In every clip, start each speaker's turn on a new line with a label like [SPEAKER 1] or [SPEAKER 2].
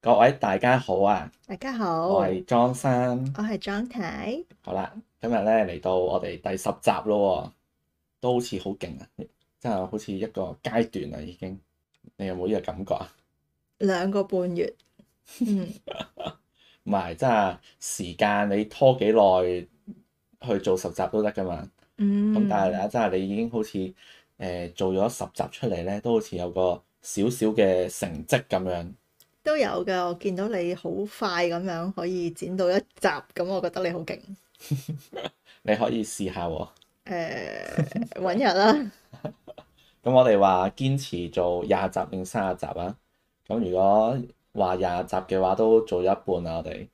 [SPEAKER 1] 各位大家好啊，
[SPEAKER 2] 大家好，啊
[SPEAKER 1] 我係莊生。
[SPEAKER 2] 我係莊太，
[SPEAKER 1] 好啦，今日咧嚟到我哋第十集咯喎，都好似好勁啊，真係好似一個階段啊啦已經。你有冇呢個感覺啊？
[SPEAKER 2] 兩個半月，嗯，
[SPEAKER 1] 唔係，真係時間你拖幾耐去做十集都得噶嘛。咁、
[SPEAKER 2] 嗯，
[SPEAKER 1] 但係咧，真係你已經好似誒、呃做咗十集出嚟咧，都好似有個少少嘅成績咁樣。
[SPEAKER 2] 都有㗎。我見到你好快咁樣可以剪到一集，咁我覺得你好 勁。
[SPEAKER 1] 你可以試下喎。
[SPEAKER 2] 誒，揾日啦，
[SPEAKER 1] 咁我哋話堅持做廿集定三十集啊？咁如果話廿集嘅話，都做咗一半啊啦，我哋，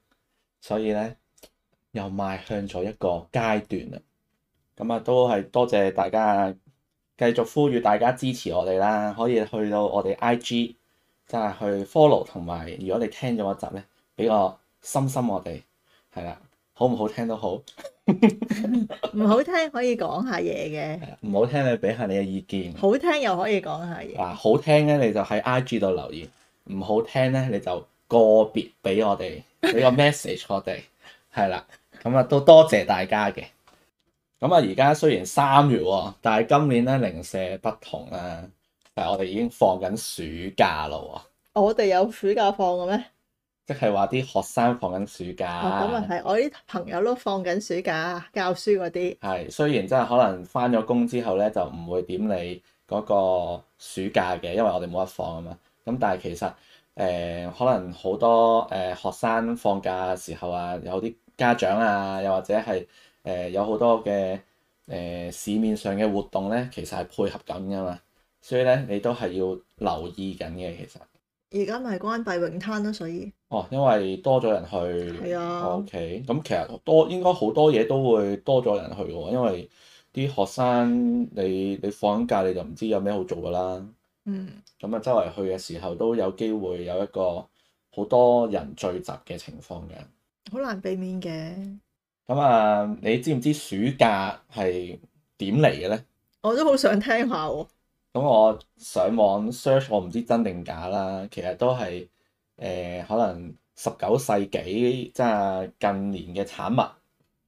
[SPEAKER 1] 所以咧又邁向咗一個階段啦。咁啊，都係多謝大家繼續呼籲大家支持我哋啦，可以去到我哋 IG，就係去 follow 同埋，如果你聽咗一集咧，俾個心心我哋，係啦，好唔好聽都好，
[SPEAKER 2] 唔好聽可以講下嘢嘅，
[SPEAKER 1] 唔好聽你俾下你嘅意見。
[SPEAKER 2] 好聽又可以講下嘢。
[SPEAKER 1] 嗱，啊好聽咧你就喺 IG 度留言，唔好聽咧你就個別俾我 哋俾個 message 我哋，係啦，咁啊都多謝大家嘅。咁啊，而家雖然三月喎，但係今年咧零舍不同啦，但係我哋已經放緊暑假啦喎，
[SPEAKER 2] 我哋有暑假放嘅咩？
[SPEAKER 1] 即係話啲學生放緊暑假。
[SPEAKER 2] 哦，咁啊係，我啲朋友都放緊暑假教書嗰啲，
[SPEAKER 1] 係，雖然真係可能翻咗工之後咧，就唔會點你嗰個暑假嘅，因為我哋冇得放啊嘛。咁但係其實誒、呃可能好多誒、呃、學生放假嘅時候啊，有啲家長啊，又或者係誒、呃有好多嘅誒、呃市面上嘅活動咧，其實係配合緊噶嘛。所以咧，你都係要留意緊嘅，其實。
[SPEAKER 2] 而家咪關閉泳灘咯，所以
[SPEAKER 1] 哦，因為多咗人去，
[SPEAKER 2] 係啊
[SPEAKER 1] 哦，OK，咁其實多應該好多嘢都會多咗人去喎，因為啲學生你你放緊假你就唔知有咩好做㗎啦，
[SPEAKER 2] 嗯，
[SPEAKER 1] 咁啊周圍去嘅時候都有機會有一個好多人聚集嘅情況嘅。
[SPEAKER 2] 好難避免嘅。
[SPEAKER 1] 咁啊，你知唔知暑假係點嚟嘅咧？
[SPEAKER 2] 我都好想聽下喎，
[SPEAKER 1] 咁我上網 search 我唔知真定假啦，其實都係誒、呃可能十九世紀即係近年嘅產物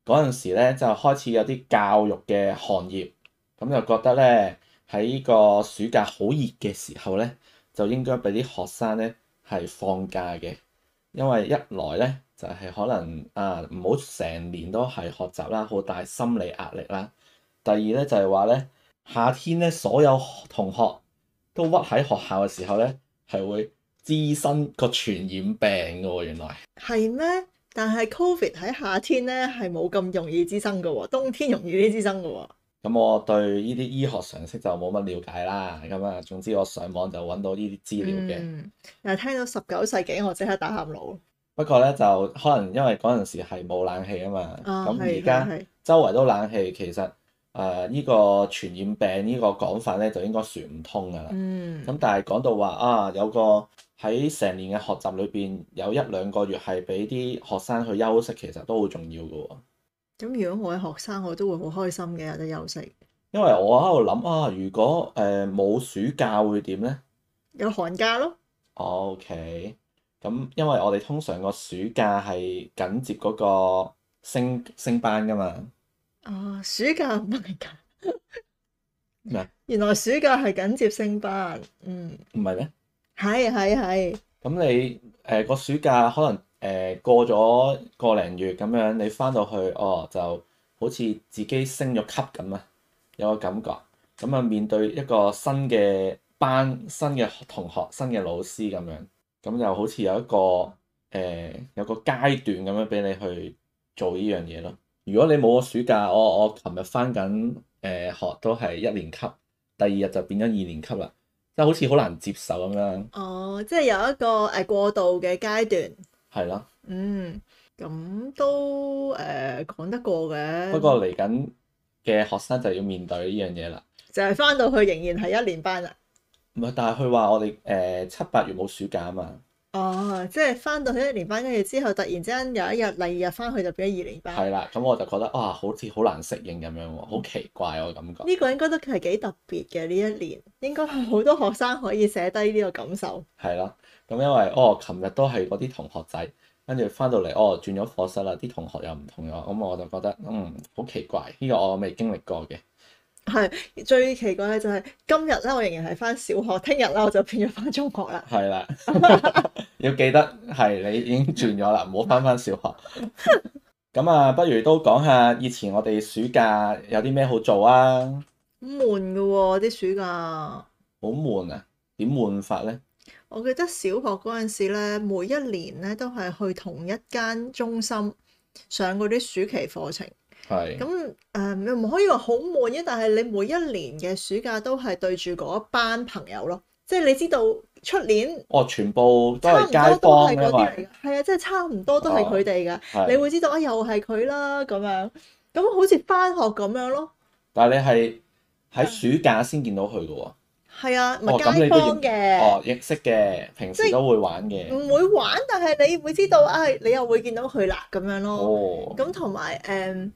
[SPEAKER 1] 嗰陣時咧，就開始有啲教育嘅行業，咁就覺得咧喺呢個暑假好熱嘅時候咧，就應該俾啲學生咧係放假嘅，因為一來咧就係、可能啊唔好成年都係學習啦，好大心理壓力啦。第二咧就係話咧。夏天咧，所有同學都屈喺學校嘅時候咧，係會滋生個傳染病嘅喎。原來
[SPEAKER 2] 係咩？但係 Covid 喺夏天咧係冇咁容易滋生嘅喎，冬天容易啲滋生嘅喎。
[SPEAKER 1] 咁我對呢啲醫學常識就冇乜了解啦。咁啊，總之我上網就揾到呢啲資料嘅。
[SPEAKER 2] 嗯，但係聽到十九世紀，我即刻打喊路。
[SPEAKER 1] 不過咧，就可能因為嗰陣時係冇冷氣啊嘛，
[SPEAKER 2] 啊，
[SPEAKER 1] 咁而
[SPEAKER 2] 係
[SPEAKER 1] 家
[SPEAKER 2] 係係，
[SPEAKER 1] 周圍都冷氣，其實誒呢個傳染病呢個講法咧，就應該説唔通㗎啦。
[SPEAKER 2] 嗯，
[SPEAKER 1] 咁但係講到話啊，有個喺成年嘅學習裏邊，有一兩個月係俾啲學生去休息，其實都好重要嘅喎。
[SPEAKER 2] 咁如果我係學生，我都會好開心嘅，有得休息，
[SPEAKER 1] 因為我喺度諗啊，如果誒冇、暑假會點呢
[SPEAKER 2] 有寒假咯。
[SPEAKER 1] ？OK，咁因為我哋通常個暑假係緊接嗰個升升班㗎嘛，
[SPEAKER 2] 啊，暑假唔係㗎
[SPEAKER 1] 咩啊
[SPEAKER 2] 原來暑假係緊接升班。嗯，
[SPEAKER 1] 唔係咩？
[SPEAKER 2] 係係係，
[SPEAKER 1] 咁你呃誒個、暑假可能誒、呃、過咗個零月咁樣，你翻到去哦，就好似自己升咗級咁啊，有個感覺。咁啊，面對一個新嘅班、新嘅同學、新嘅老師咁樣，咁就好似有一個誒、呃有個階段咁樣俾你去做呢樣嘢咯。如果你冇個暑假，我我琴日翻緊誒學都係一年級，第二日就變咗二年級啦，即係好似好難接受咁樣，
[SPEAKER 2] 哦，即係有一個誒過渡嘅階段。
[SPEAKER 1] 係咯。
[SPEAKER 2] 嗯，咁都誒講得過嘅。
[SPEAKER 1] 不過嚟緊嘅學生就要面對呢樣嘢啦。
[SPEAKER 2] 就係翻到去仍然係一年班啦。
[SPEAKER 1] 唔係，但係佢話我哋誒、呃七八月冇暑假啊嘛，
[SPEAKER 2] 哦，即係翻到去一年班，跟住之後突然之間有一日，第二日翻去就變咗二年班。
[SPEAKER 1] 係啦，咁我就覺得哇，好似好難適應咁樣喎，好奇怪我感覺。
[SPEAKER 2] 呢個應該都係幾特別嘅呢一年，應該係好多學生可以寫低呢個感受。
[SPEAKER 1] 係咯，咁因為哦，琴日都係嗰啲同學仔，跟住翻到嚟哦，轉咗課室啦，啲同學又唔同咗，咁我就覺得嗯好奇怪，呢、個我未經歷過嘅。
[SPEAKER 2] 係最奇怪嘅就係今日咧，我仍然係翻小學，聽日咧我就變咗翻中學啦。
[SPEAKER 1] 係 啦，要記得係你已經轉咗啦，唔好翻翻小學。咁啊，不如都講下以前我哋暑假有啲咩好做啊？
[SPEAKER 2] 好悶嘅喎啲暑假，
[SPEAKER 1] 好悶啊，點悶法咧？
[SPEAKER 2] 我記得小學嗰陣時咧，每一年咧都係去同一間中心上嗰啲暑期課程。
[SPEAKER 1] 係
[SPEAKER 2] 咁誒又唔可以話好悶嘅，但係你每一年嘅暑假都係對住嗰一班朋友咯，即係你知道出年
[SPEAKER 1] 哦，全部都
[SPEAKER 2] 差唔
[SPEAKER 1] 係
[SPEAKER 2] 多
[SPEAKER 1] 街
[SPEAKER 2] 都
[SPEAKER 1] 坊
[SPEAKER 2] 係
[SPEAKER 1] 因
[SPEAKER 2] 嗰啲嚟
[SPEAKER 1] 為
[SPEAKER 2] 㗎，係啊，即係差唔多都係佢哋㗎，
[SPEAKER 1] 係
[SPEAKER 2] 你會知道啊，又係佢啦咁樣，咁好似翻學咁樣咯，
[SPEAKER 1] 但係你係
[SPEAKER 2] 嗯
[SPEAKER 1] 喺暑假先見到佢嘅喎。
[SPEAKER 2] 係啊，咪
[SPEAKER 1] 哦，咁
[SPEAKER 2] 街
[SPEAKER 1] 你都
[SPEAKER 2] 坊
[SPEAKER 1] 認
[SPEAKER 2] 嘅，
[SPEAKER 1] 哦認識嘅，平
[SPEAKER 2] 即
[SPEAKER 1] 時
[SPEAKER 2] 係嗯
[SPEAKER 1] 都會玩嘅。
[SPEAKER 2] 唔會玩，但係你會知道啊，你又會見到佢啦咁樣咯，
[SPEAKER 1] 哦，
[SPEAKER 2] 咁同埋誒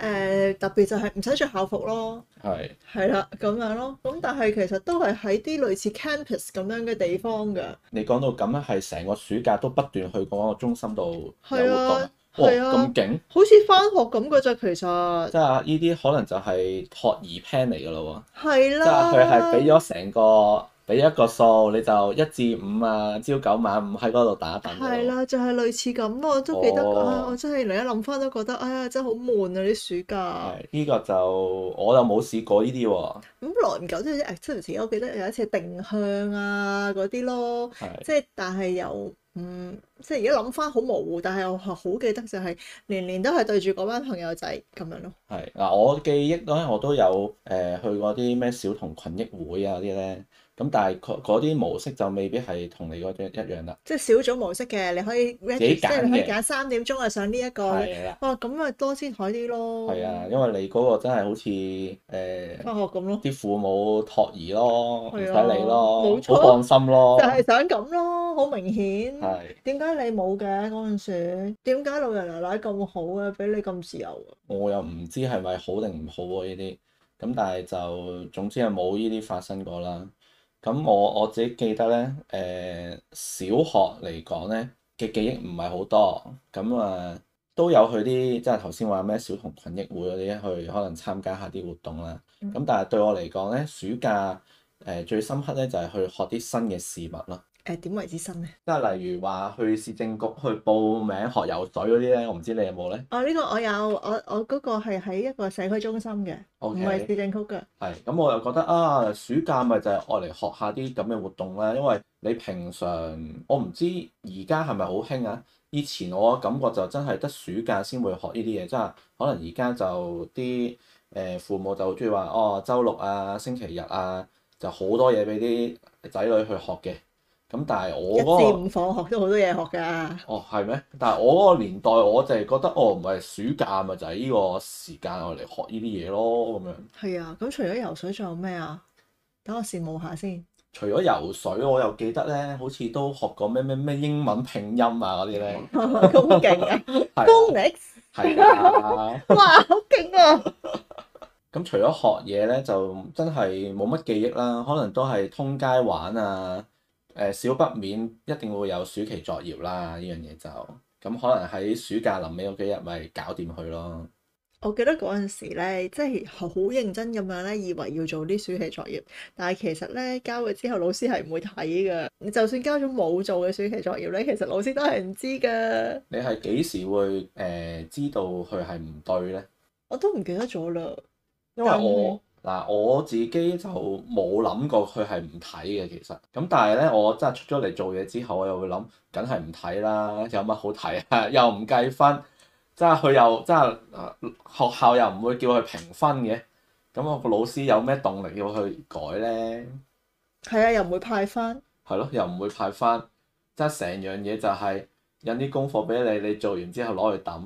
[SPEAKER 2] 誒特別就係唔使着校服咯。
[SPEAKER 1] 係
[SPEAKER 2] 係啦，咁樣咯。咁但係其實都係喺啲類似 campus 咁樣嘅地方㗎。
[SPEAKER 1] 你講到咁樣，係成個暑假都不斷去嗰個中心度有活
[SPEAKER 2] 係
[SPEAKER 1] 動。
[SPEAKER 2] 啊
[SPEAKER 1] 哇，
[SPEAKER 2] 係啊
[SPEAKER 1] 咁勁！
[SPEAKER 2] 好似翻學咁嘅啫，其實
[SPEAKER 1] 即係呢啲可能就係托兒 plan 嚟㗎咯
[SPEAKER 2] 係
[SPEAKER 1] 喎，即係
[SPEAKER 2] 啦。
[SPEAKER 1] 佢係俾咗成個俾一個數，你就一至五啊，朝九晚五喺嗰度打躉㗎
[SPEAKER 2] 係
[SPEAKER 1] 咯喎。
[SPEAKER 2] 啦，就係類似咁，我都記得
[SPEAKER 1] 哦
[SPEAKER 2] 啊！我真係嚟一諗翻都覺得，哎呀，真係好悶啊！啲暑假
[SPEAKER 1] 係呢個就我又冇試過呢啲喎，
[SPEAKER 2] 咁耐唔久都有啲 activity，我記得有一次定向啊嗰啲咯，
[SPEAKER 1] 係
[SPEAKER 2] 即係但係又嗯，即係而家諗翻好模糊，但係我好記得就係年年都係對住嗰班朋友仔咁樣咯。
[SPEAKER 1] 係嗱，我記憶咧我都有誒、呃去過啲咩小童群益會啊嗰啲咧，咁但係佢嗰啲模式就未必係同你嗰啲一樣啦，
[SPEAKER 2] 即係小組模式嘅，你可以 r e
[SPEAKER 1] 己
[SPEAKER 2] g 即係你可以
[SPEAKER 1] 揀嘅
[SPEAKER 2] 揀三點鐘啊上呢一個，哦
[SPEAKER 1] 係啦，
[SPEAKER 2] 哇咁咪多姿彩啲咯，
[SPEAKER 1] 係啊，因為你嗰個真係好似誒。呃
[SPEAKER 2] 翻學咁咯，
[SPEAKER 1] 啲父母托兒咯，唔使
[SPEAKER 2] 係啊
[SPEAKER 1] 理咯
[SPEAKER 2] 冇，錯
[SPEAKER 1] 好放心
[SPEAKER 2] 就
[SPEAKER 1] 咯，
[SPEAKER 2] 係想咁咯，好明顯。
[SPEAKER 1] 哦係
[SPEAKER 2] 點解你冇嘅嗰陣時？點解老人奶奶咁好嘅，俾你咁自由啊嘅？
[SPEAKER 1] 我又唔知係咪好定唔好喎呢啲，咁但係就總之係冇呢啲發生過啦。咁我我自己記得呢，誒、小學嚟講呢嘅記憶唔係好多，咁啊都有去啲即係頭先話咩小童群益會嗰啲去可能參加下啲活動啦。
[SPEAKER 2] 嗯
[SPEAKER 1] 咁但係對我嚟講呢，暑假誒、最深刻呢就係去學啲新嘅事物咯。
[SPEAKER 2] 誒點為之新咧？
[SPEAKER 1] 即係例如話去市政局去報名學游水嗰啲咧，我唔知你有冇咧
[SPEAKER 2] 哦，呢個我有，我我嗰個係喺一個社區中心嘅，唔
[SPEAKER 1] ？OK，
[SPEAKER 2] 係市政局嘅。
[SPEAKER 1] 係咁，我又覺得啊，暑假咪就係愛嚟學下啲咁嘅活動啦，因為你平常我唔知而家係咪好興啊。以前我感覺就真係得暑假先會學呢啲嘢，即係可能而家就啲誒、呃父母就好中意話哦，週六啊、星期日啊，就好多嘢俾啲仔女去學嘅。咁但係
[SPEAKER 2] 一
[SPEAKER 1] 我嗰、個
[SPEAKER 2] 至五放學都好多嘢學㗎，
[SPEAKER 1] 哦，係咩？但係我嗰個年代，我就係覺得，哦，唔係暑假咪就係呢個時間我嚟學呢啲嘢咯，咁樣。
[SPEAKER 2] 係啊。咁除咗游水仲有咩啊？等我羨慕下先。
[SPEAKER 1] 除咗游水，我又記得咧，好似都學過咩咩咩英文拼音啊嗰啲咧，
[SPEAKER 2] 咁勁啊！
[SPEAKER 1] 係
[SPEAKER 2] Phonics，
[SPEAKER 1] 啊係啊。
[SPEAKER 2] 哇，好勁啊！
[SPEAKER 1] 咁除咗學嘢咧，就真係冇乜記憶啦，可能都係通街玩啊。誒、少不免一定會有暑期作業啦，呢樣嘢就咁可能喺暑假臨尾嗰幾日咪搞掂佢咯。
[SPEAKER 2] 我記得嗰陣時咧，即係好認真咁樣咧，以為要做啲暑期作業，但係其實咧交咗之後，老師係唔會睇嘅。你就算交咗冇做嘅暑期作業咧，其實老師都係唔知嘅。
[SPEAKER 1] 你係幾時會誒、呃知道佢係唔對咧？
[SPEAKER 2] 我都唔記得咗啦。
[SPEAKER 1] 因為我嗱我自己就冇諗過佢係唔睇嘅，其實咁但係咧，我真係出咗嚟做嘢之後，我又會諗，梗係唔睇啦，有乜好睇啊？ 又唔計分，即係佢又即係呃學校又唔會叫佢評分嘅，咁我個老師有咩動力要去改咧？
[SPEAKER 2] 係啊，又唔會派翻。
[SPEAKER 1] 係咯，又唔會派翻，即係成樣嘢就係印啲功課俾你，你做完之後攞去抌。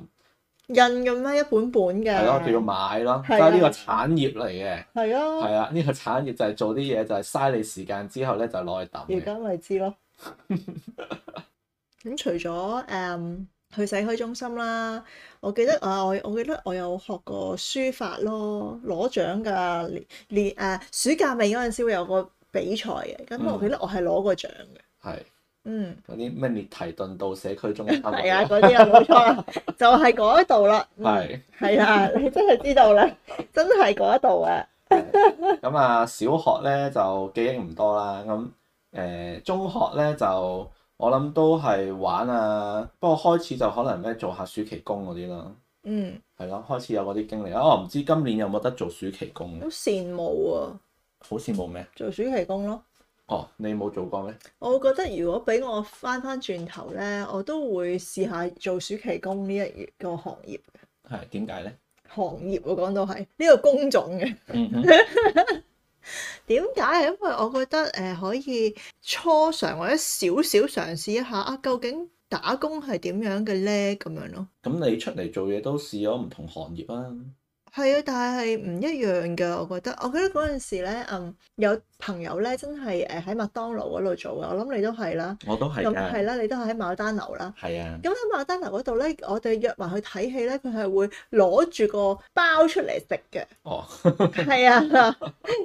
[SPEAKER 2] 印咁咧一本本嘅。
[SPEAKER 1] 係咯，啊叫做買咯，即
[SPEAKER 2] 係
[SPEAKER 1] 係
[SPEAKER 2] 啊
[SPEAKER 1] 呢個產業嚟嘅，
[SPEAKER 2] 係啊，
[SPEAKER 1] 係啊，呢個產業就係做啲嘢就係嘥你時間之後咧就攞去抌
[SPEAKER 2] 而
[SPEAKER 1] 嘅，
[SPEAKER 2] 家咪知咯。咁除咗誒去社區中心啦，我記得啊，我我記得我有學過書法咯，攞獎㗎，連連啊誒暑假尾嗰陣時會有個比賽嘅，咁我
[SPEAKER 1] 嗯
[SPEAKER 2] 記得我係攞過獎嘅，
[SPEAKER 1] 係
[SPEAKER 2] 嗯，
[SPEAKER 1] 嗰啲咩列提頓道社區中心嗰
[SPEAKER 2] 係啊，
[SPEAKER 1] 啲啊，
[SPEAKER 2] 嗰啲啊，冇錯啦，就係嗰一度 啦。嗯
[SPEAKER 1] 係
[SPEAKER 2] 係啦，你真係知道啦，真係嗰一度啊。
[SPEAKER 1] 咁啊，小學咧就記憶唔多啦，咁誒、中學咧就我諗都係玩啊，不過開始就可能咩做下暑期工嗰啲啦，
[SPEAKER 2] 嗯，
[SPEAKER 1] 係咯，開始有嗰啲經歷啊，我唔知今年有冇得做暑期工
[SPEAKER 2] 好，羨慕啊，
[SPEAKER 1] 好似冇咩？
[SPEAKER 2] 做暑期工咯。
[SPEAKER 1] 哦，你冇做過咩？
[SPEAKER 2] 我覺得如果俾我翻翻轉頭咧，我都會試下做暑期工呢一個行業。
[SPEAKER 1] 係點解咧？
[SPEAKER 2] 行業我講到係呢個工種嘅，
[SPEAKER 1] 嗯哼，
[SPEAKER 2] 點解？係因為我覺得誒、呃可以初嘗或者少少嘗試一下啊，究竟打工係點樣嘅咧？咁樣咯，
[SPEAKER 1] 咁你出嚟做嘢都試咗唔同行業啊，
[SPEAKER 2] 係啊，但係唔一樣嘅。我覺得，我記得嗰陣時咧，嗯，有朋友咧真係誒喺麥當勞嗰度做嘅，我諗你都係啦，
[SPEAKER 1] 我都係
[SPEAKER 2] 咁係
[SPEAKER 1] 㗎，
[SPEAKER 2] 啦，你都係喺牡丹樓啦。
[SPEAKER 1] 係啊，
[SPEAKER 2] 咁喺馬丹娜嗰度咧，我哋約埋去睇戲咧，佢係會攞住個包出嚟食嘅，
[SPEAKER 1] 哦，
[SPEAKER 2] 係啊，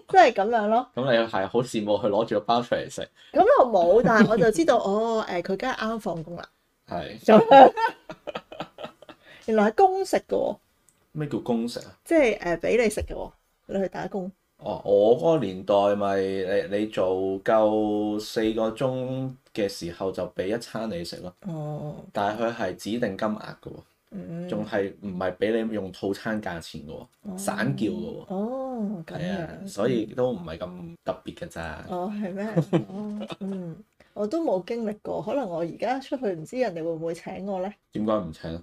[SPEAKER 2] 即係咁樣咯。
[SPEAKER 1] 咁你係好羨慕佢攞住個包出嚟食，
[SPEAKER 2] 咁我冇，但係我就知道，哦，誒，佢梗係啱放工啦，
[SPEAKER 1] 係
[SPEAKER 2] 咁樣。原來係公食嘅喎，
[SPEAKER 1] 咩叫公食啊？
[SPEAKER 2] 即係誒俾你食嘅喎，你去打工。
[SPEAKER 1] 哦，我嗰個年代咪你你做夠四個鐘嘅時候就俾一餐你食咯，
[SPEAKER 2] 哦，
[SPEAKER 1] 但係佢係指定金額嘅
[SPEAKER 2] 嗯
[SPEAKER 1] 喎，仲係唔係俾你用套餐價錢嘅喎，散叫嘅喎，
[SPEAKER 2] 哦，咁
[SPEAKER 1] 係啊，
[SPEAKER 2] 樣。
[SPEAKER 1] 所以都唔係咁特別嘅咋。
[SPEAKER 2] 哦，係咩？哦，嗯，我都冇經歷過，可能我而家出去唔知人哋會唔會請我咧，
[SPEAKER 1] 點解唔
[SPEAKER 2] 啊
[SPEAKER 1] 請？啊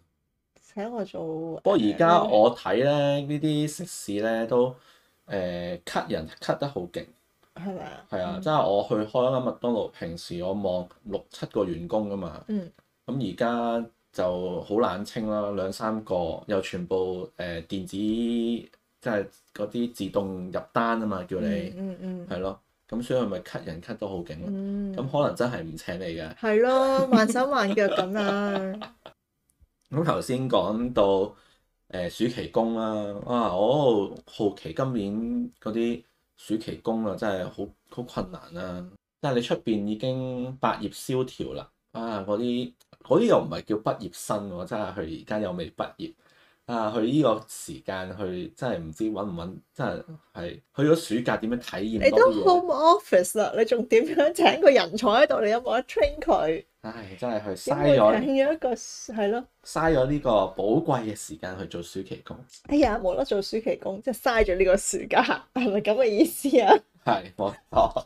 [SPEAKER 2] 請我做。
[SPEAKER 1] 不過而家
[SPEAKER 2] 誒
[SPEAKER 1] 我睇咧呢啲食肆咧都誒 cut 人 cut 得好勁，
[SPEAKER 2] 係咪啊？
[SPEAKER 1] 係啊，即係我去開間麥當勞，平時我望六七個員工㗎嘛。
[SPEAKER 2] 嗯，
[SPEAKER 1] 咁而家就好冷清啦，兩三個又全部誒、呃、電子，即係嗰啲自動入單啊嘛，叫你係
[SPEAKER 2] 嗯嗯
[SPEAKER 1] 咯，咁所以咪 cut 人 cut 都好勁咯。
[SPEAKER 2] 嗯，
[SPEAKER 1] 咁可能真係唔請你嘅。
[SPEAKER 2] 係咯，慢手慢腳咁 樣。
[SPEAKER 1] 咁頭先講到誒、呃暑期工啦，啊，我好奇今年嗰啲暑期工啊，真係好好困難啦、啊。即係你出邊已經百業蕭條啦，啊，嗰啲嗰啲又唔係叫畢業生喎，真係佢而家又未畢業啊，佢呢個時間去真係唔知揾唔揾，真係係去咗暑假點樣體驗
[SPEAKER 2] 你
[SPEAKER 1] 多
[SPEAKER 2] 都
[SPEAKER 1] 啲嘢？
[SPEAKER 2] home office 啦，你仲點樣請個人坐喺度？你有冇得 train 佢？
[SPEAKER 1] 唉，真係去
[SPEAKER 2] 點
[SPEAKER 1] 嘥
[SPEAKER 2] 會
[SPEAKER 1] 咗
[SPEAKER 2] 請咗一個係咯？
[SPEAKER 1] 嘥咗呢個寶貴嘅時間去做暑期工。
[SPEAKER 2] 哎呀，冇得做暑期工，即係嘥咗呢個暑假，係咪咁嘅意思啊？
[SPEAKER 1] 係冇錯。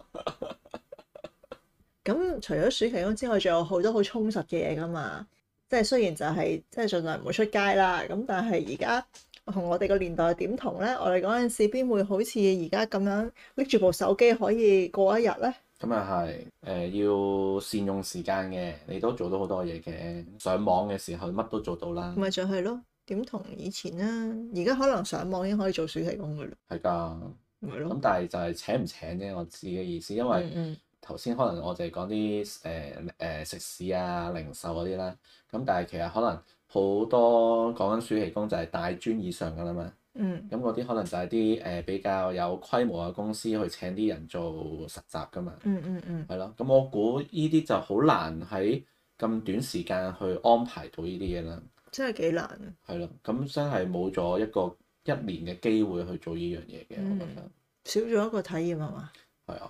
[SPEAKER 2] 咁除咗暑期工之外，仲有好多好充實嘅嘢噶嘛。即係雖然就係即係盡量唔好出街啦，咁但係而家同我哋個年代點同咧？我哋嗰陣時邊會好似而家咁樣拎住部手機可以過一日咧？
[SPEAKER 1] 咁啊係，誒、要善用時間嘅，你都做到好多嘢嘅。上網嘅時候乜都做到啦，
[SPEAKER 2] 咪就係咯，點同以前啦？而家可能上網已經可以做暑期工噶啦，
[SPEAKER 1] 係㗎。
[SPEAKER 2] 咪
[SPEAKER 1] 咁
[SPEAKER 2] 咯。
[SPEAKER 1] 但係就係請唔請啫，我自己嘅意思，因
[SPEAKER 2] 嗯
[SPEAKER 1] 為
[SPEAKER 2] 嗯，
[SPEAKER 1] 頭先可能我哋講啲誒誒食肆啊、零售嗰啲啦，咁但係其實可能好多講緊暑期工就係大專以上㗎啦嘛，
[SPEAKER 2] 嗯
[SPEAKER 1] 咁嗰啲可能就係啲誒比較有規模嘅公司去請啲人做實習㗎嘛。
[SPEAKER 2] 嗯嗯嗯，
[SPEAKER 1] 係咯，咁我估呢啲就好難喺咁短時間去安排到呢啲嘢啦，
[SPEAKER 2] 真係幾難啊！
[SPEAKER 1] 係咯，咁真係冇咗一個一年嘅機會去做呢樣嘢嘅，我覺得
[SPEAKER 2] 少咗一個體驗係嘛？
[SPEAKER 1] 係啊。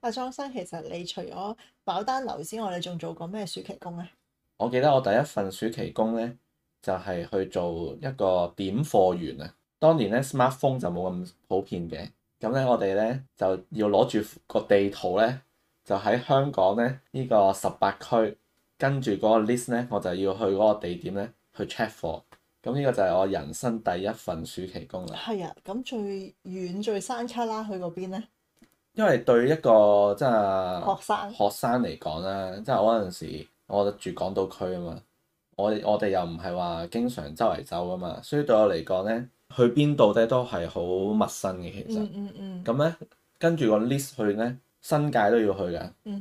[SPEAKER 2] 阿莊生，其實你除咗牡丹樓之外，你仲做過咩暑期工咧？
[SPEAKER 1] 我記得我第一份暑期工咧，就係、去做一個點貨員啊。當年咧 smartphone 就冇咁普遍嘅，咁咧我哋咧就要攞住個地圖咧，就喺香港咧呢、個十八區，跟住嗰個 list 咧，我就要去嗰個地點咧去 check 貨。咁呢個就係我人生第一份暑期工啦。
[SPEAKER 2] 係啊，咁最遠最山卡拉去嗰邊咧？
[SPEAKER 1] 因為對一個即係
[SPEAKER 2] 學生
[SPEAKER 1] 啊學生嚟講啦，即係嗰陣時我住港島區啊嘛，我我哋又唔係話經常周圍走啊嘛，所以對我嚟講咧，去邊度咧都係好陌生嘅其實
[SPEAKER 2] 嗯。嗯嗯
[SPEAKER 1] 咁咧、跟住個 list 去咧，新界都要去㗎，
[SPEAKER 2] 嗯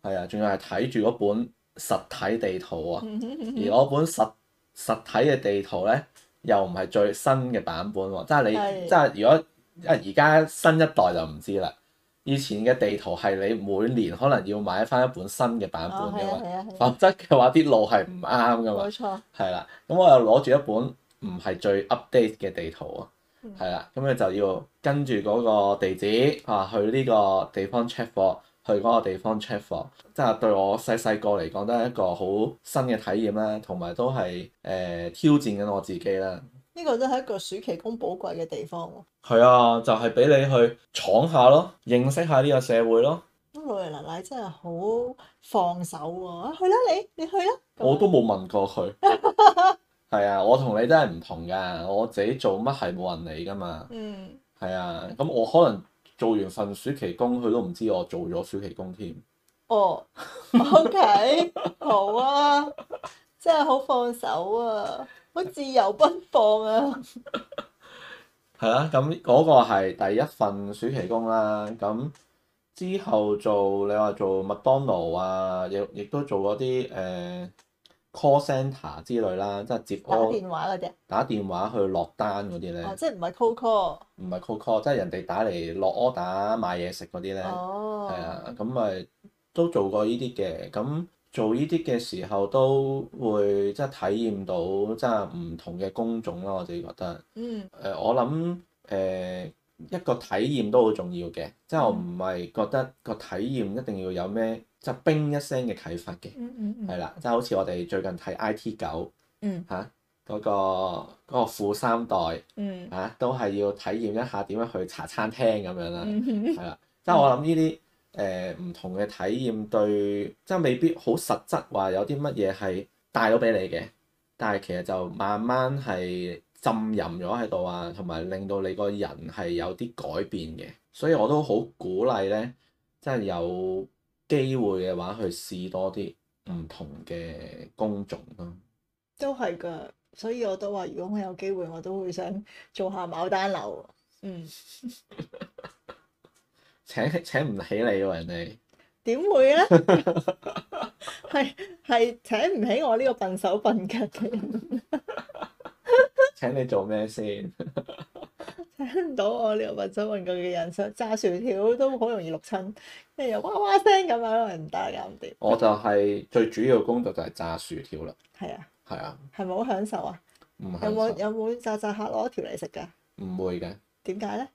[SPEAKER 2] 哼
[SPEAKER 1] 係啊，仲要係睇住嗰本實體地圖啊，
[SPEAKER 2] 嗯哼嗯
[SPEAKER 1] 而我本實實體嘅地圖咧，又唔係最新嘅版本喎，即係你
[SPEAKER 2] 係
[SPEAKER 1] 即係如果啊而家新一代就唔知啦，以前嘅地圖係你每年可能要買翻一本新嘅版本
[SPEAKER 2] 啊，係
[SPEAKER 1] 嘅
[SPEAKER 2] 啊，
[SPEAKER 1] 嘛，
[SPEAKER 2] 係啊，係啊，
[SPEAKER 1] 否則嘅話啲路係唔啱噶嘛
[SPEAKER 2] 冇。錯，
[SPEAKER 1] 係啦，咁我又攞住一本唔係最 update 嘅地圖啊
[SPEAKER 2] 嗯，
[SPEAKER 1] 係啦，咁你就要跟住嗰個地址啊，去呢個地方 check 貨，去嗰個地方 check 貨，即係對我細細個嚟講都係一個好新嘅體驗啦，同埋都係誒、呃挑戰緊我自己啦。
[SPEAKER 2] 呢個真係一個暑期工寶貴嘅地方喎。
[SPEAKER 1] 係啊，就係、俾你去闖下咯，認識下呢個社會咯，
[SPEAKER 2] 咁啊老爺奶奶真係好放手喎、啊，去啦你，你去啦。咁
[SPEAKER 1] 我都冇問過 佢。係啊，我同你真係唔同㗎，我自己做乜係冇人理㗎嘛。
[SPEAKER 2] 嗯，
[SPEAKER 1] 係啊，咁我可能做完份暑期工，佢都唔知我做咗暑期工添。
[SPEAKER 2] 哦 ，OK，好啊，真係好放手啊，好自由奔放啊。
[SPEAKER 1] 係啦、咁嗰個係第一份暑期工啦。咁之後做你話做麥當勞啊，亦亦都做嗰啲誒 call centre 之類啦，即係接
[SPEAKER 2] 打
[SPEAKER 1] call
[SPEAKER 2] 電話嗰啲啊，
[SPEAKER 1] 打電話去落單嗰啲咧，
[SPEAKER 2] 哦，即係唔係 cold call，
[SPEAKER 1] 唔係 call call，即係人哋打嚟落 order 買嘢食嗰啲咧。
[SPEAKER 2] 哦，
[SPEAKER 1] 係啊，咁咪都做過呢啲嘅，咁做呢啲嘅時候都會即係體驗到即係唔同嘅工種咯，我自己覺得。
[SPEAKER 2] 嗯，
[SPEAKER 1] 誒、我諗誒、一個體驗都好重要嘅，即係
[SPEAKER 2] 嗯
[SPEAKER 1] 我唔係覺得個體驗一定要有咩即係冰一聲嘅啟發嘅，
[SPEAKER 2] 嗯嗯嗯
[SPEAKER 1] 係啦，即係好似我哋最近睇 I T 九
[SPEAKER 2] 嗯
[SPEAKER 1] 嚇嗰個嗰個富三代
[SPEAKER 2] 嗯
[SPEAKER 1] 嚇、都係要體驗一下點樣去茶餐廳咁樣啦。
[SPEAKER 2] 嗯，
[SPEAKER 1] 係啊啦，即係我諗呢啲誒唔同嘅體驗對，即係未必好實質話有啲乜嘢係帶到俾你嘅，但係其實就慢慢係浸淫咗喺度啊，同埋令到你個人係有啲改變嘅，所以我都好鼓勵咧，即係有機會嘅話去試多啲唔同嘅工種咯。
[SPEAKER 2] 都係㗎，所以我都話，如果我有機會，我都會想做下牡丹樓。嗯，
[SPEAKER 1] 請請唔起你喎人哋，
[SPEAKER 2] 點會咧？ 係係請唔起我呢個笨手笨腳嘅人。
[SPEAKER 1] 請你做咩先？
[SPEAKER 2] 聽唔到我呢個笨手笨腳嘅人，想炸薯條都好容易碌親，跟住又哇哇聲咁樣咯，唔得搞唔掂。
[SPEAKER 1] 我就係、最主要嘅工作就係炸薯條啦，
[SPEAKER 2] 係啊，
[SPEAKER 1] 係啊，
[SPEAKER 2] 係咪好享受啊？
[SPEAKER 1] 唔
[SPEAKER 2] 有
[SPEAKER 1] 係
[SPEAKER 2] 冇有冇炸炸下攞條嚟食㗎？
[SPEAKER 1] 唔會嘅，
[SPEAKER 2] 點解咧？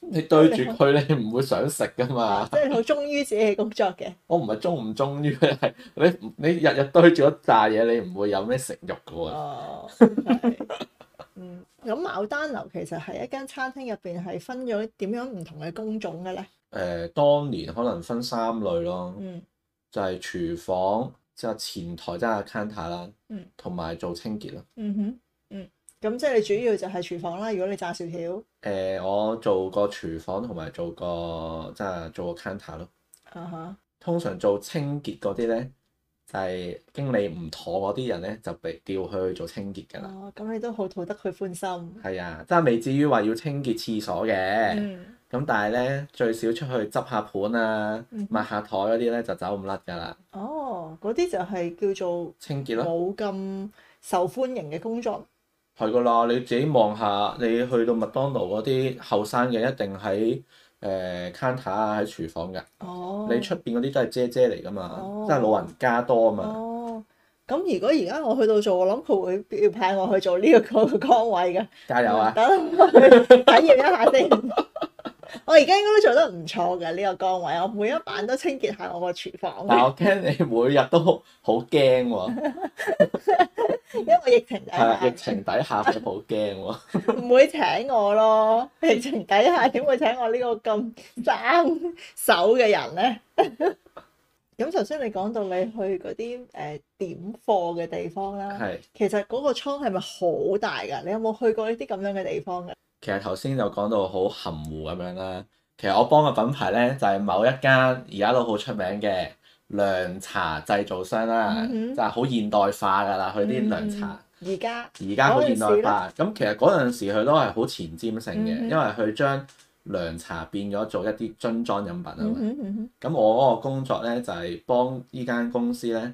[SPEAKER 1] 你對住佢，你唔會想食噶
[SPEAKER 2] 啊
[SPEAKER 1] 嘛？
[SPEAKER 2] 即係好忠於自己嘅工作嘅。
[SPEAKER 1] 我唔係忠唔忠於係你，你日日對住一扎嘢，你唔會有咩食慾噶喎。
[SPEAKER 2] 哦，係 嗯，咁牡丹樓其實係一間餐廳入邊係分咗點樣唔同嘅工種嘅咧？
[SPEAKER 1] 誒、當年可能分三類咯，
[SPEAKER 2] 嗯
[SPEAKER 1] 就係、廚房，即係前台即係 counter 啦
[SPEAKER 2] 嗯，
[SPEAKER 1] 同埋做清潔啦。
[SPEAKER 2] 嗯哼嗯，咁即係你主要就係廚房啦。如果你炸薯條，
[SPEAKER 1] 誒、我做過廚房同埋做過即係做過 counter 咯。
[SPEAKER 2] 啊哈，
[SPEAKER 1] 通常做清潔嗰啲咧，就係、經理唔妥嗰啲人咧，就被調去做清潔㗎啦。
[SPEAKER 2] 哦，咁你都好討得佢歡心。
[SPEAKER 1] 係啊，即係未至於話要清潔廁所嘅。
[SPEAKER 2] 嗯，
[SPEAKER 1] 咁但係咧，最少出去執下盤啊
[SPEAKER 2] 嗯、
[SPEAKER 1] 抹下台嗰啲咧，就走唔甩㗎啦。
[SPEAKER 2] 哦，嗰啲就係叫做
[SPEAKER 1] 清潔咯，
[SPEAKER 2] 冇咁受歡迎嘅工作。
[SPEAKER 1] 係㗎啦。你自己望下，你去到麥當勞嗰啲後生嘅，一定喺誒 counter 啊，喺廚房㗎。
[SPEAKER 2] 哦，
[SPEAKER 1] 你出邊嗰啲都係姐姐嚟㗎嘛，
[SPEAKER 2] 哦
[SPEAKER 1] 即係老人家多啊嘛。
[SPEAKER 2] 哦，咁如果而家我去到做，我諗佢會要派我去做呢個個崗位嘅。
[SPEAKER 1] 加油啊！
[SPEAKER 2] 等我去體驗一下先。 我而家應該都做得唔錯嘅呢個崗位，我每一晚都清潔下我個廚房
[SPEAKER 1] 但
[SPEAKER 2] 嘅，
[SPEAKER 1] 我驚你每日都好驚喎，
[SPEAKER 2] 因為疫情底
[SPEAKER 1] 係啊，疫
[SPEAKER 2] 下
[SPEAKER 1] 情底下佢好驚喎。
[SPEAKER 2] 唔會請我咯。 疫情底下點會請我呢個咁生 手嘅人 咧？咁頭先你講到你去嗰啲誒點貨嘅地方啦，
[SPEAKER 1] 係，
[SPEAKER 2] 其實嗰個倉係咪好大㗎？你有冇去過呢啲咁樣嘅地方㗎？
[SPEAKER 1] 其實頭先就講到好含糊咁樣啦。其實我幫嘅品牌咧就係、某一間而家都好出名嘅涼茶製造商啦，
[SPEAKER 2] 嗯哼嗯
[SPEAKER 1] 就係好現代化㗎啦。佢啲涼茶
[SPEAKER 2] 而家
[SPEAKER 1] 而家好現代化，咁其實嗰陣時佢都係好前瞻性嘅，
[SPEAKER 2] 嗯
[SPEAKER 1] 因
[SPEAKER 2] 哼
[SPEAKER 1] 為佢將涼茶變咗做一啲樽裝飲品啊嘛。
[SPEAKER 2] 嗯哼嗯哼
[SPEAKER 1] 咁我嗰個工作咧就係、幫呢間公司咧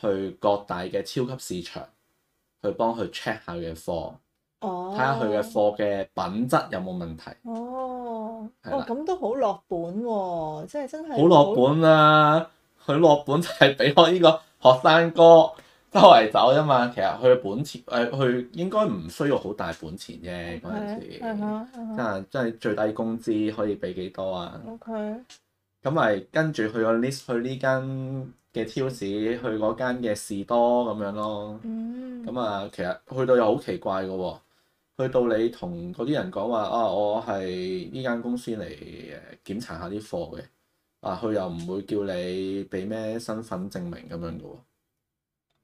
[SPEAKER 1] 去各大嘅超級市場去幫佢 check 下佢嘅貨，
[SPEAKER 2] 哦，
[SPEAKER 1] 睇下佢嘅貨嘅品質有冇問題。
[SPEAKER 2] 哦。
[SPEAKER 1] 係
[SPEAKER 2] 哦
[SPEAKER 1] 啦，
[SPEAKER 2] 咁都好落本喎，即係真係
[SPEAKER 1] 好落本啊！佢落本就係俾我呢個學生哥周圍走啫嘛。其實佢本錢誒，佢、應該唔需要好大本錢啫嗰陣時。
[SPEAKER 2] 係啊
[SPEAKER 1] 即
[SPEAKER 2] 係
[SPEAKER 1] 係
[SPEAKER 2] 啊
[SPEAKER 1] 即係最低工資可以俾幾多啊？
[SPEAKER 2] ，OK，
[SPEAKER 1] 咁咪跟住去個 list 去呢間嘅超市，去嗰間嘅士多咁樣咯。
[SPEAKER 2] 嗯，
[SPEAKER 1] 咁啊，其實去到又好奇怪嘅喎、去到你同嗰啲人講話啊，我係呢間公司嚟誒檢查下啲貨嘅，啊，佢又唔會叫你俾咩身份證明咁樣嘅喎、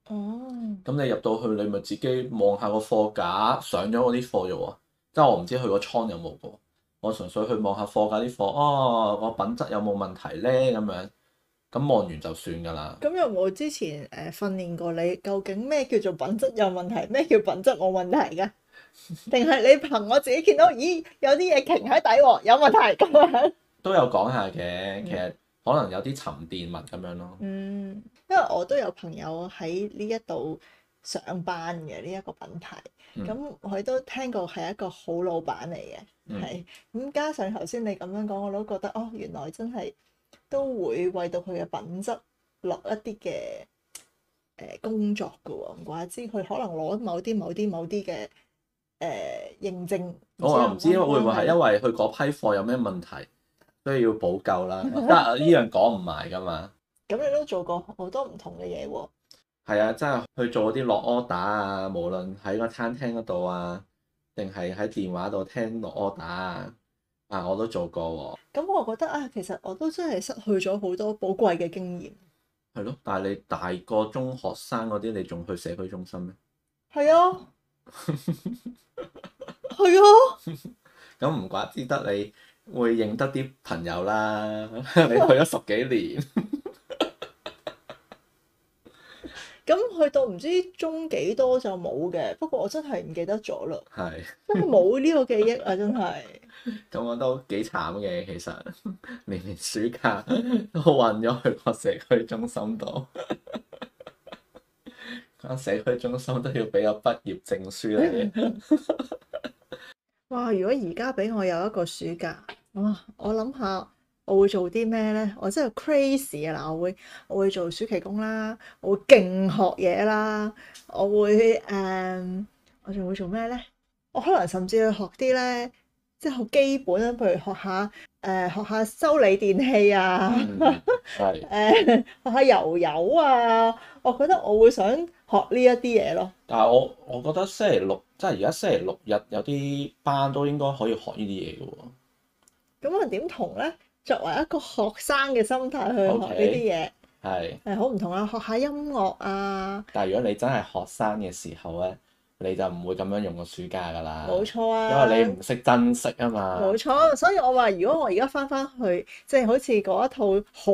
[SPEAKER 2] 哦，
[SPEAKER 1] 咁你入到去，你咪自己望下個貨架，上咗嗰啲貨啫喎。即係我唔知佢個倉有冇嘅喎，我純粹去望下貨架啲貨，哦，我品質有冇問題咧咁樣。咁望完就算㗎啦。
[SPEAKER 2] 咁有冇之前誒訓練過你究竟咩叫做品質有問題，咩叫品質冇問題㗎？定係你憑我自己見到，咦有啲嘢擎喺底喎，有問題咁樣？
[SPEAKER 1] 都有講下嘅，其實可能有啲沉澱物咁樣咯。
[SPEAKER 2] 嗯，因為我都有朋友喺呢一度上班嘅呢一個品牌，
[SPEAKER 1] 嗯
[SPEAKER 2] 咁佢都聽過係一個好老闆嚟嘅。
[SPEAKER 1] 嗯
[SPEAKER 2] 係，咁加上頭先你咁樣講，我都覺得哦，原來真係都會為到佢嘅品質落一啲嘅誒工作㗎喎，唔怪之佢可能攞某啲某啲某啲嘅誒認證。
[SPEAKER 1] 我又啊唔知
[SPEAKER 2] 有冇
[SPEAKER 1] 會唔會
[SPEAKER 2] 關係
[SPEAKER 1] 係因為佢嗰批貨有咩問題，所以要補救 啦。得呢樣講唔埋㗎嘛。
[SPEAKER 2] 咁你都做過好多唔同嘅嘢喎，
[SPEAKER 1] 係啊，真係去做啲落 order 啊，無論喺個餐廳嗰度啊，定係喺電話度聽落 order 啊，啊我都做過喎、
[SPEAKER 2] 咁我覺得啊，其實我都真係失去咗好多寶貴嘅經驗。
[SPEAKER 1] 係咯，但係你大個中學生嗰啲，你仲去社區中心咩？
[SPEAKER 2] 係啊，係啊，
[SPEAKER 1] 咁唔怪之得你會認得啲朋友啦。 你去咗十幾年，
[SPEAKER 2] 咁去到唔知中幾多就冇嘅，不過我真係唔記得咗啦。
[SPEAKER 1] 係
[SPEAKER 2] 真係冇呢個記憶啊！真係，
[SPEAKER 1] 咁我都幾慘嘅。其實 年年暑假 都混咗去個社區中心度， 間社區中心都要俾個畢業證書你。
[SPEAKER 2] 哇！如果而家俾我有一個暑假，哇！我諗下我會做啲咩呢？我真係 crazy 啊！嗱，我會我會做暑期工啦，我會勁學嘢啦，我會誒、嗯我仲會做咩呢？我可能甚至去學啲呢，即係好基本啊，譬如學下誒、呃、學下修理電器啊。
[SPEAKER 1] 嗯係
[SPEAKER 2] 誒、學下油油啊！我覺得我會想學呢一啲嘢咯。
[SPEAKER 1] 但係我我覺得星期六即係而家星期六日有啲班都應該可以學呢啲嘢嘅喎。
[SPEAKER 2] 咁我點同呢？作為一個學生嘅心態去學呢
[SPEAKER 1] 係，
[SPEAKER 2] 啲嘢，係好唔同啦。學下音樂啊，
[SPEAKER 1] 但係如果你真係學生嘅時候咧，你就唔會咁樣用個暑假㗎啦。
[SPEAKER 2] 冇錯啊，
[SPEAKER 1] 因為你唔識珍惜啊嘛。
[SPEAKER 2] 冇錯。所以我話，如果我而家翻翻去，即係好似嗰一套好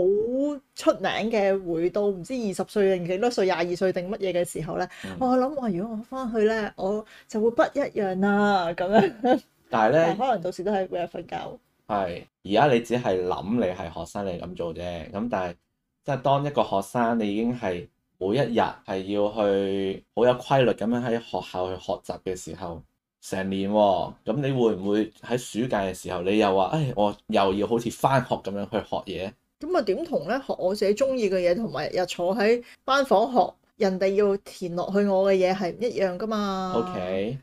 [SPEAKER 2] 出名嘅，回到唔知二十歲定幾多歲，廿二歲定乜嘢嘅時候呢，
[SPEAKER 1] 嗯
[SPEAKER 2] 我諗我如果我翻去呢，我就會不一樣啦。咁樣，
[SPEAKER 1] 但係
[SPEAKER 2] 但係
[SPEAKER 1] 咧，
[SPEAKER 2] 可能到時都係每日瞓覺。
[SPEAKER 1] 係而家你只係諗你係學生，你咁做啫。咁但係即係當一個學生，你已經係每一日係要去好有規律咁樣喺學校去學習嘅時候，成年喎。咁你會唔會喺暑假嘅時候，你又話，唉，我又要好似返學咁樣去學嘢？
[SPEAKER 2] 咁啊點同咧？學我自己中意嘅嘢，同埋日日坐喺班房學人哋要填落去我嘅嘢係唔一樣噶嘛
[SPEAKER 1] OK，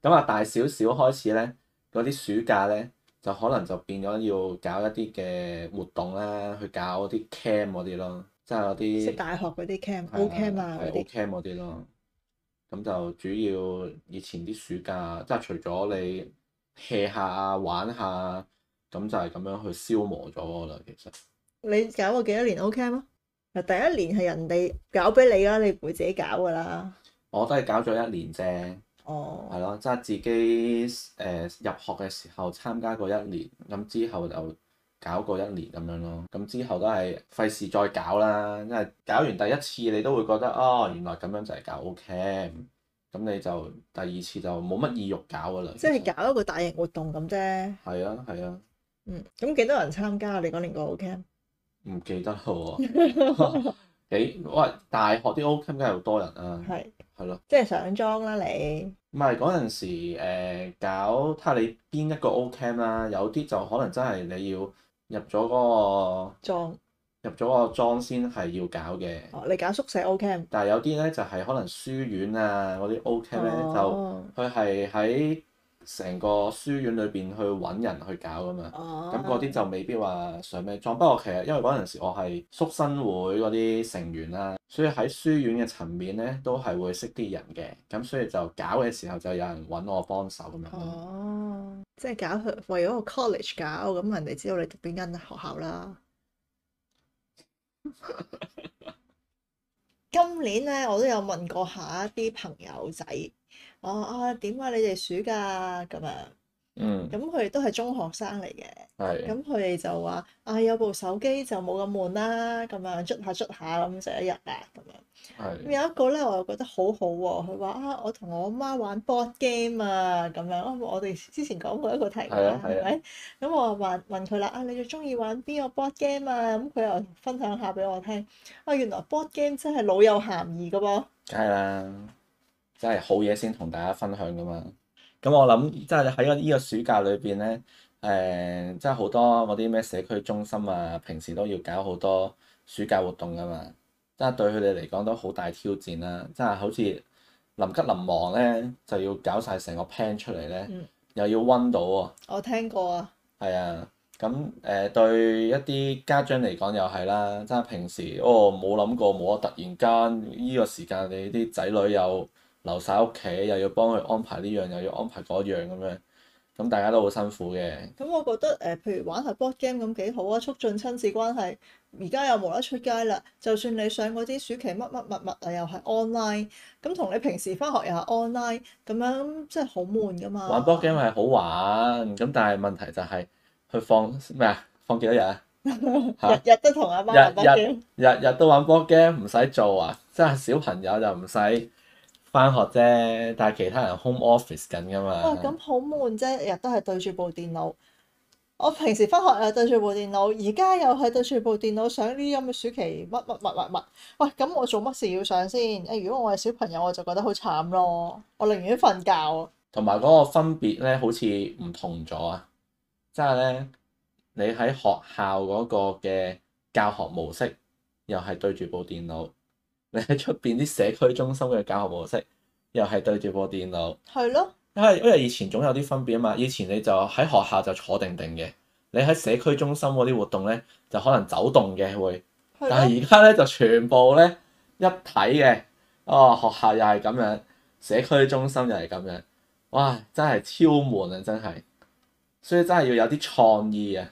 [SPEAKER 1] 咁啊大少少開始咧，嗰啲暑假咧就可能就變咗要搞一啲嘅活動啦，去搞啲 camp 嗰啲咯，即係嗰
[SPEAKER 2] 識
[SPEAKER 1] 啲
[SPEAKER 2] 大學嗰啲 cam、
[SPEAKER 1] 係
[SPEAKER 2] O cam 啊
[SPEAKER 1] 係
[SPEAKER 2] 嗰啲
[SPEAKER 1] O，camp 嗰啲咯。咁就主要以前啲暑假，即係除咗你 hea 下啊玩下，咁就係咁樣去消磨咗我啦。其實
[SPEAKER 2] 你搞過幾多年 O cam 啊？嗱，第一年係人哋搞俾你啦，你唔會自己搞噶啦。
[SPEAKER 1] 我都係搞咗一年啫。
[SPEAKER 2] 哦，
[SPEAKER 1] 係咯，即係自己誒、呃入學嘅時候參加過一年，咁之後就搞過一年咁樣咯。咁之後都係費事再搞啦，因為搞完第一次你都會覺得哦，原來咁樣就係搞 OK，咁你就第二次就冇乜意欲搞噶啦。
[SPEAKER 2] 即係搞一個大型活動咁啫。
[SPEAKER 1] 搞係啊係啊，
[SPEAKER 2] 嗯，咁幾多人參加啊？你嗰年個 O cam？
[SPEAKER 1] 唔 記得咯喎。幾喂大學啲 O Camp 梗係好多人啊，
[SPEAKER 2] 係
[SPEAKER 1] 係咯。
[SPEAKER 2] 即係上莊啦你。
[SPEAKER 1] 唔係嗰陣時，誒、搞睇下你邊一個 O cam 啦，有啲就可能真係你要入咗嗰、個
[SPEAKER 2] 裝
[SPEAKER 1] 入咗個莊先係要搞嘅，
[SPEAKER 2] 哦，你搞宿舍 O Cam，
[SPEAKER 1] 但係有啲咧就係、可能書院啊嗰啲 O cam 咧、
[SPEAKER 2] 哦
[SPEAKER 1] 就佢係喺成個書院裏邊去揾人去搞噶嘛。
[SPEAKER 2] 哦，
[SPEAKER 1] 咁嗰啲就未必話上咩莊，不過其實因為嗰陣時我係宿生會嗰啲成員啦，所以喺書院嘅層面咧都係會識啲人嘅，咁所以就搞嘅時候就有人揾我幫手咁樣咯。
[SPEAKER 2] 哦，即係搞佢為咗個 college 搞，咁人哋知道你讀邊間學校啦。今年咧，我都有問過下一啲朋友仔，我啊點啊，你哋暑假咁樣，
[SPEAKER 1] 嗯，
[SPEAKER 2] 咁佢哋都係中學生嚟嘅。
[SPEAKER 1] 係，
[SPEAKER 2] 咁佢哋就話：啊，有部手機就冇咁悶啦，咁樣捽下捽下咁就一日啦，咁樣。
[SPEAKER 1] 係，
[SPEAKER 2] 咁有一個咧，我又覺得好好喎，佢話啊，我同我媽玩 board game 啊，咁樣。啊我哋之前講過一個題目
[SPEAKER 1] 係啊
[SPEAKER 2] 啦，
[SPEAKER 1] 係
[SPEAKER 2] 係
[SPEAKER 1] 啊
[SPEAKER 2] 咪？咁我話問佢啦，啊，你最中意玩邊個 board game 啊？咁佢又分享下俾我聽。啊，原來 board game 真係老有鹹宜噶噃。
[SPEAKER 1] 梗係啦，真係好嘢先同大家分享噶嘛。咁我諗即係喺呢個暑假裏邊咧，誒、即係好多嗰啲咩社區中心啊，平時都要搞好多暑假活動噶嘛，即係對佢哋嚟講都好大挑戰啦。即係好似臨急臨忙咧，就要搞晒成個 plan 出嚟咧，
[SPEAKER 2] 嗯
[SPEAKER 1] 又要温到喎、
[SPEAKER 2] 我聽過啊，
[SPEAKER 1] 係啊，咁誒、呃、對一啲家長嚟講又係啦，即係平時哦冇諗過冇啊，突然間呢個時間你啲仔女又留晒屋企，又要幫佢安排呢樣，又要安排嗰樣咁樣，咁大家都好辛苦嘅。
[SPEAKER 2] 咁我覺得誒、呃譬如玩下 board game 咁幾好啊，促進親子關係。而家又無得出街啦，就算你上嗰啲暑期乜乜乜乜啊，又係 online，咁同你平時翻學又係 online，咁樣即係好悶噶嘛。
[SPEAKER 1] 玩 board game 係好玩，咁但係問題就係佢放咩啊？放幾多日 啊？嚇
[SPEAKER 2] 日日都同阿媽玩 board game，
[SPEAKER 1] 日日都玩 board game 唔使做啊！即係小朋友就唔使翻學啫，但係其他人 home office 緊㗎
[SPEAKER 2] 哇
[SPEAKER 1] 嘛。
[SPEAKER 2] 咁好悶啫，日日都係對住部電腦。我平時翻學又對住部電腦，而家又係對住部電腦上呢啲咁嘅暑期乜乜乜乜乜。喂，咁我做乜事要上先？誒，如果我係小朋友，我就覺得好慘咯，我寧願瞓覺啊。
[SPEAKER 1] 同埋嗰個分別咧，好似唔同咗啊！即係咧，你喺學校嗰個嘅教學模式，又係對住部電腦； 你喺出邊啲社區中心嘅教學模式，又係對住部電腦。
[SPEAKER 2] 係咯。
[SPEAKER 1] 因為因為以前總有啲分別啊嘛，以前你就喺學校就坐定定嘅，你喺社區中心嗰啲活動咧就可能走動嘅會，
[SPEAKER 2] 係
[SPEAKER 1] 但
[SPEAKER 2] 咯
[SPEAKER 1] 係而家咧就全部咧一體嘅，哦學校又係咁樣，社區中心又係咁樣，哇真係超悶啊真係，所以真係要有啲創意啊，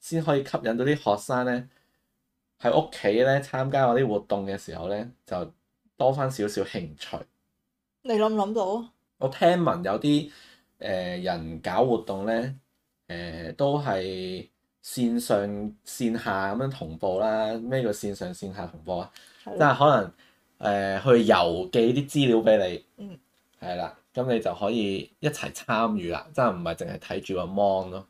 [SPEAKER 1] 先可以吸引到啲學生咧喺屋企咧參加嗰啲活動嘅時候咧就多翻少少興趣。
[SPEAKER 2] 你諗唔諗到？啊
[SPEAKER 1] 我聽聞有啲誒、呃人搞活動咧，誒、都係線上線下咁樣同步啦。咩叫線上線下同步啊？
[SPEAKER 2] 係
[SPEAKER 1] 即
[SPEAKER 2] 啦
[SPEAKER 1] 係可能誒、呃去郵寄啲資料俾你，
[SPEAKER 2] 嗯，
[SPEAKER 1] 係啦，咁你就可以一齊參與啦。即係唔係淨係睇住個 mon 咯？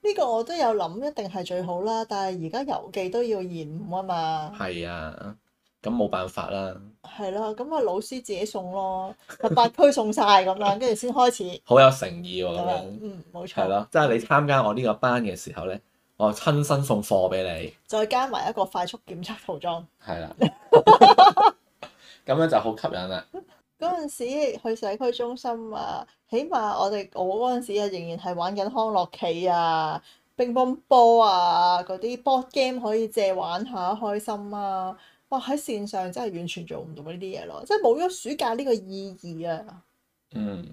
[SPEAKER 2] 呢個我都有諗，一定係最好啦。但係而家郵寄都要延誤啊嘛，
[SPEAKER 1] 係啊，咁冇辦法啦，
[SPEAKER 2] 係咯，咁啊老師自己送咯，咪八區送晒咁樣，跟住先開始
[SPEAKER 1] 好啊有誠意喎、
[SPEAKER 2] 咁
[SPEAKER 1] 咁
[SPEAKER 2] 樣
[SPEAKER 1] 樣。
[SPEAKER 2] 嗯，冇
[SPEAKER 1] 係
[SPEAKER 2] 錯，
[SPEAKER 1] 咯，即係你參加我呢個班嘅時候咧，我親身送貨俾你。
[SPEAKER 2] 再加埋一個快速檢測套裝。
[SPEAKER 1] 係啦，咁樣就好吸引啦。
[SPEAKER 2] 嗰陣時去社區中心啊，起碼我哋我嗰陣時啊，仍然係玩緊康樂棋啊、乒乓波啊嗰啲 board game 可以借玩下，開心啊！哇，喺線上真係完全做唔到呢啲嘢咯，即係冇咗暑假呢個意義啊！
[SPEAKER 1] 嗯，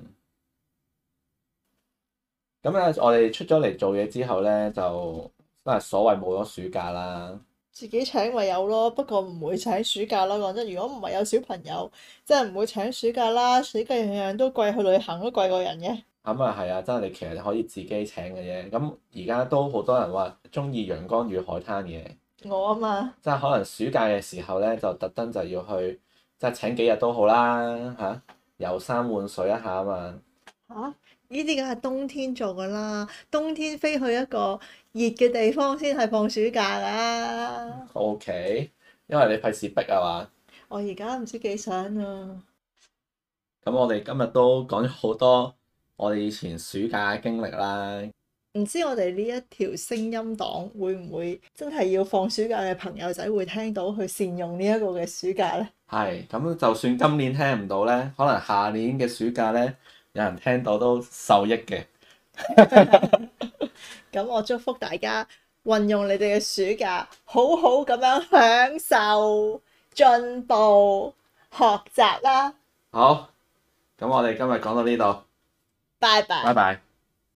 [SPEAKER 1] 咁咧，我哋出咗嚟做嘢之後咧，就都係所謂冇咗暑假啦。
[SPEAKER 2] 自己請咪有咯，不過唔會請暑假啦。講真，如果唔係有小朋友，真係唔會請暑假啦。暑假樣樣都貴，去旅行都貴過人嘅。
[SPEAKER 1] 咁啊係啊，真係你其實可以自己請嘅啫。咁而家都好多人話中意陽光與海灘嘅，
[SPEAKER 2] 我啊嘛，
[SPEAKER 1] 即係可能暑假嘅時候咧，就特登就要去，即係請幾日都好啦嚇、遊山玩水一下啊嘛。
[SPEAKER 2] 嚇呢啲梗係冬天做噶啦，冬天飛去一個熱嘅地方先係放暑假噶。
[SPEAKER 1] O K，因為你費事逼啊嘛。
[SPEAKER 2] 我而家唔知幾想啊！
[SPEAKER 1] 咁我哋今日都講咗好多我哋以前暑假嘅經歷啦，
[SPEAKER 2] 唔知我哋呢一條聲音檔會唔會真係要放暑假嘅朋友仔會聽到去善用呢一個嘅暑假呢？
[SPEAKER 1] 係咁就算今年聽唔到咧，可能下年嘅暑假咧，有人聽到都受益嘅。
[SPEAKER 2] 咁我祝福大家運用你哋嘅暑假，好好咁樣享受、進步、學習啦！
[SPEAKER 1] 好，咁我哋今日講到呢度，
[SPEAKER 2] 拜拜
[SPEAKER 1] 拜。拜。